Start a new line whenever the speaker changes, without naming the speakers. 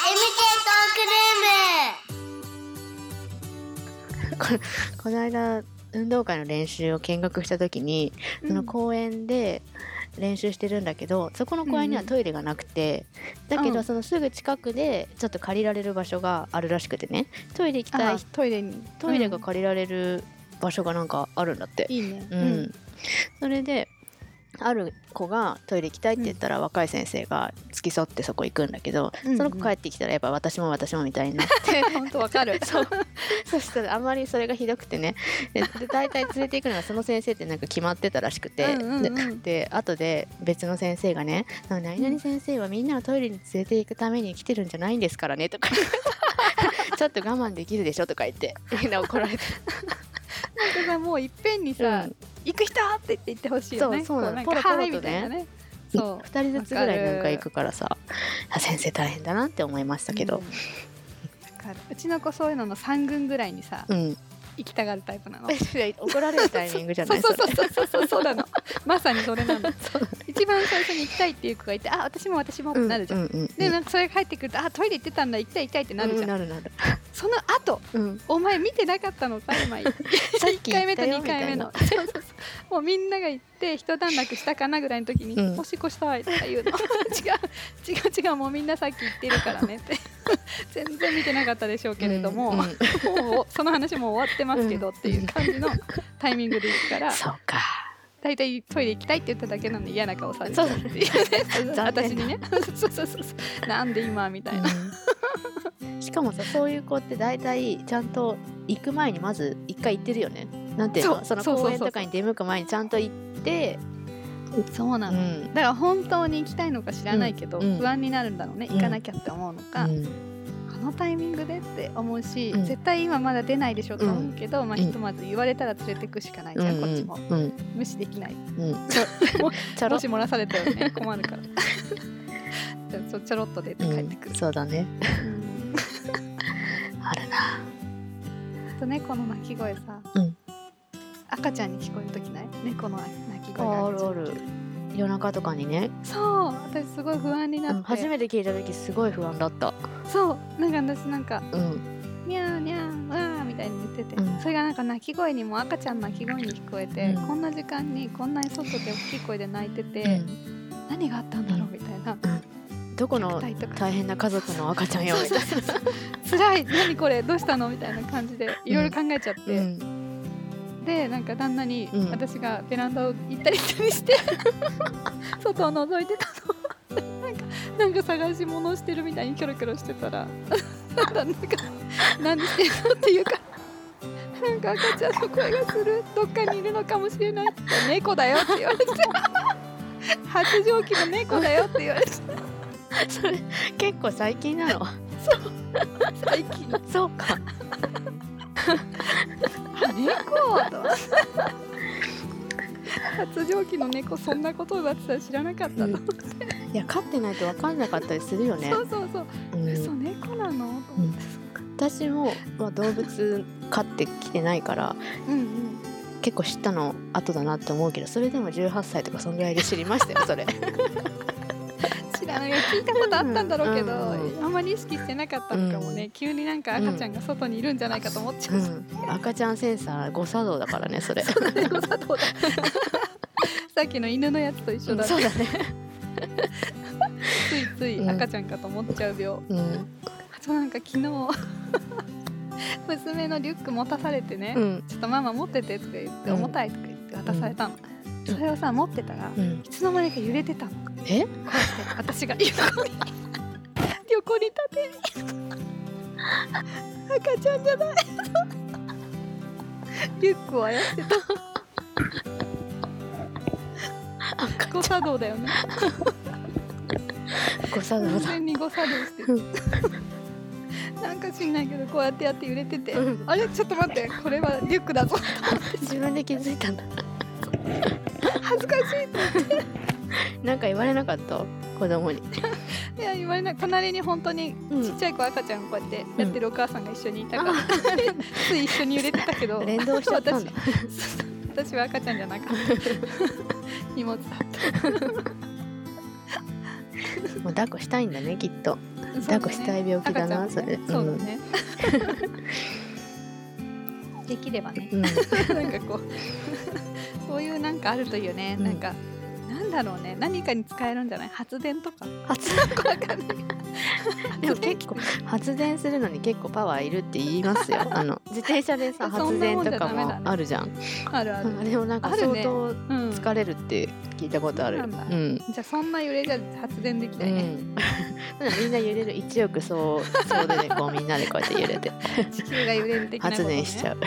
トークルーム
ここの間運動会の練習を見学した時にその公園で練習してるんだけど、そこの公園にはトイレがなくて、だけ
う
ど
ん
そのすぐ近くでちょっと借りられる場所があるらしくてねトイレ行きたい人
トイレに
トイレが借りられる場所がなんかあるんだって。
いいね
うんそれである子がトイレ行きたいって言ったら、若い先生が付き添ってそこ行くんだけど、その子帰
っ
ってきたらやっぱ私も私もみたいになって
て本当わかる
そうそしたらあまりそれがひどくてねでで大体連れていくのがその先生ってなんか決まってたらしくて
うんうんうん
でで後で別の先生がね「その何々先生はみんなをトイレに連れて行くために来てるんじゃないんですからね」とか 言って「ちょっと我慢できるでしょ」とか言ってみんな怒られて
だからもういっぺんにさ、
うん
行く人って言って言ってほしいよ
そ
ね
うそうなの
こなんか
ポロポロとね
はいみたいなねそう
2人ずつぐらいなんか行くからさあ先生大変だなって思いましたけ
う
ど
んわかるうちの子そういうのの3軍ぐらいにさ
うん、
行きたがるタイプなの
怒られるタイミングじゃない
そう
そ
そう
れ
そうそうそうそうなの まさにそれなの一番最初に行きたいっていう子がいてあ私も私もってなるじゃん、
うんうんうん
でなんかそれが帰ってくるとあトイレ行ってたんだ行きたい行きたいってなるじゃん、
うんなるなる、
その後
うん、
お前見てなかったのか今
さっき
1
言
回
っ
目と
たよ
2
みた
回目
いな
の そうそうそうもうみんなが行って一段落したかなぐらいの時に「
うん
おしっこしたい」とか言うの 違う違う違うもうみんなさっき言ってるからねって 全然見てなかったでしょうけれども、
うんうん
もうその話もう終わってますけどっていう感じのタイミングで行くから
そうか
大体トイレ行きたいって言っただけなのに嫌な顔されてるっていうね
残
私
念
にねそうそうそうそうなんで今みたいな。
しかもさそういう子って大体ちゃんと行く前にまず一回行ってるよねなんていうの
そう
その
そうそう
公
そう
園とかに出向く前にちゃんと行って
そうなの
ん
だから本当に行きたいのか知らないけど、
うん
不安になるんだろうね、
うん
行かなきゃって思うのか、
うん
このタイミングでって思うし、
うん
絶対今まだ出ないでしょと思うけど、まあ、
うん
ひとまず言われたら連れてくしかないじゃん、こっちも
うん
無視できない
うんうんちょ ちょろ
もし漏らされたらね困 るからじゃあちょちょろっと出て帰ってく
う
る
ん、、そうだね
うん
あるな
あと猫の鳴き声さ、
うん
赤ちゃんに聞こえる時ない猫の鳴き声が
あ
赤
る
ちゃ
あ
んに聞
る
こえ
夜中とかにね、
そう私すごい不安にな
う
って、
ん、初めて聞いた時すごい不安だった
そうなんか私なんか
うん
にゃーにゃーわーみたいに言ってて、
うん
それがなんか鳴き声にも赤ちゃんの鳴き声に聞こえて、
うん
こんな時間にこんなに外で大きい声で泣いてて、
うん
何があったんだろうみたいな、
どこの
虐待とか
大変な家族の赤ちゃんよみたい
辛い何これどうしたのみたいな感じでいろいろ考えちゃって、
なうん
でなんか旦那に
うん
私がベランダを行ったり来たりして 外を覗いてたのなんかなんか探し物をしてるみたいにキョロキョロしてたらなんだなんか何してるのっていうかなんか赤ちゃんの声がするどっかにいるのかもしれないって猫だよって言われて発情期の猫だよって言われて
それ 結構最近なの
最近
そうか
猫と発情期の猫そんなことだってたら知らなかったの、
うんいや飼ってないと分かんなかったりするよね
そうそうそう
うん
嘘猫なのと思って、
私も、まあ、動物飼ってきてないから
うんうん、
結構知ったの後だなって思うけどそれでも18歳とかそんぐらいで知りましたよ それ
知らない聞いたことあったんだろうけど、
うん
あんまり意識してなかったのかもね、急になんか赤ちゃんが外にいるんじゃないかと思っちゃ
う
う、
ん赤ちゃんセンサー誤作動だからねそれ
そうだねお砂糖ださっきの犬のやつと一緒だ、ね
そうだね、
ついつい赤ちゃんかと思っちゃう病、
うん
あとなんか昨日 娘のリュック持たされてね、
うん
ちょっとママ持っててとか言って、
うん
重たいとか言って渡されたの、それをさ持ってたら、
うん
いつの間にか揺れてたの
え
こうやって私が横に横に立て赤ちゃんじゃないリュックを操ってた誤作動だよね
誤作動
完
だ
全に誤作動してるなんか知んないけどこうやってやって揺れてて、
うん
あれちょっと待ってこれはリュックだぞ
自分で気づいたんだ
恥ずかしい
なんか言われなかった子供に
いや言われない隣に本当に
うん
ちっちゃい子赤ちゃんこうやってやってるお母さんが一緒にいたから、つい一緒に揺れてたけど
連動しちゃったんだ
私は赤ち ゃんじゃなかった荷物だった
もう抱っこしたいんだねきっと
そう
抱っこしたい病気だな
赤ちゃんもね
それうん
そうだねできればね
うん
なんかこうそういうなんかあるというね、
うん
なんかなんだろうね何かに使えるんじゃない発電とか
発
わかんない
でも結構発電するのに結構パワーいるって言います よあの自転車でさ
そ
発
んな
電
もん
と
じゃ
か
ダメだね
もあるじゃん
あるある、
あれもなんか
ある
相
ね
当
うん、じ
疲れるって聞いたことある
そうなん
う
だ
ん
ゃあそんな揺れじゃ発電できないね、
ん、 みんな揺れる一億 総総出でこうみんなでこうやって揺れて
地球が揺れる的なこと、
発
ね、
電しちゃう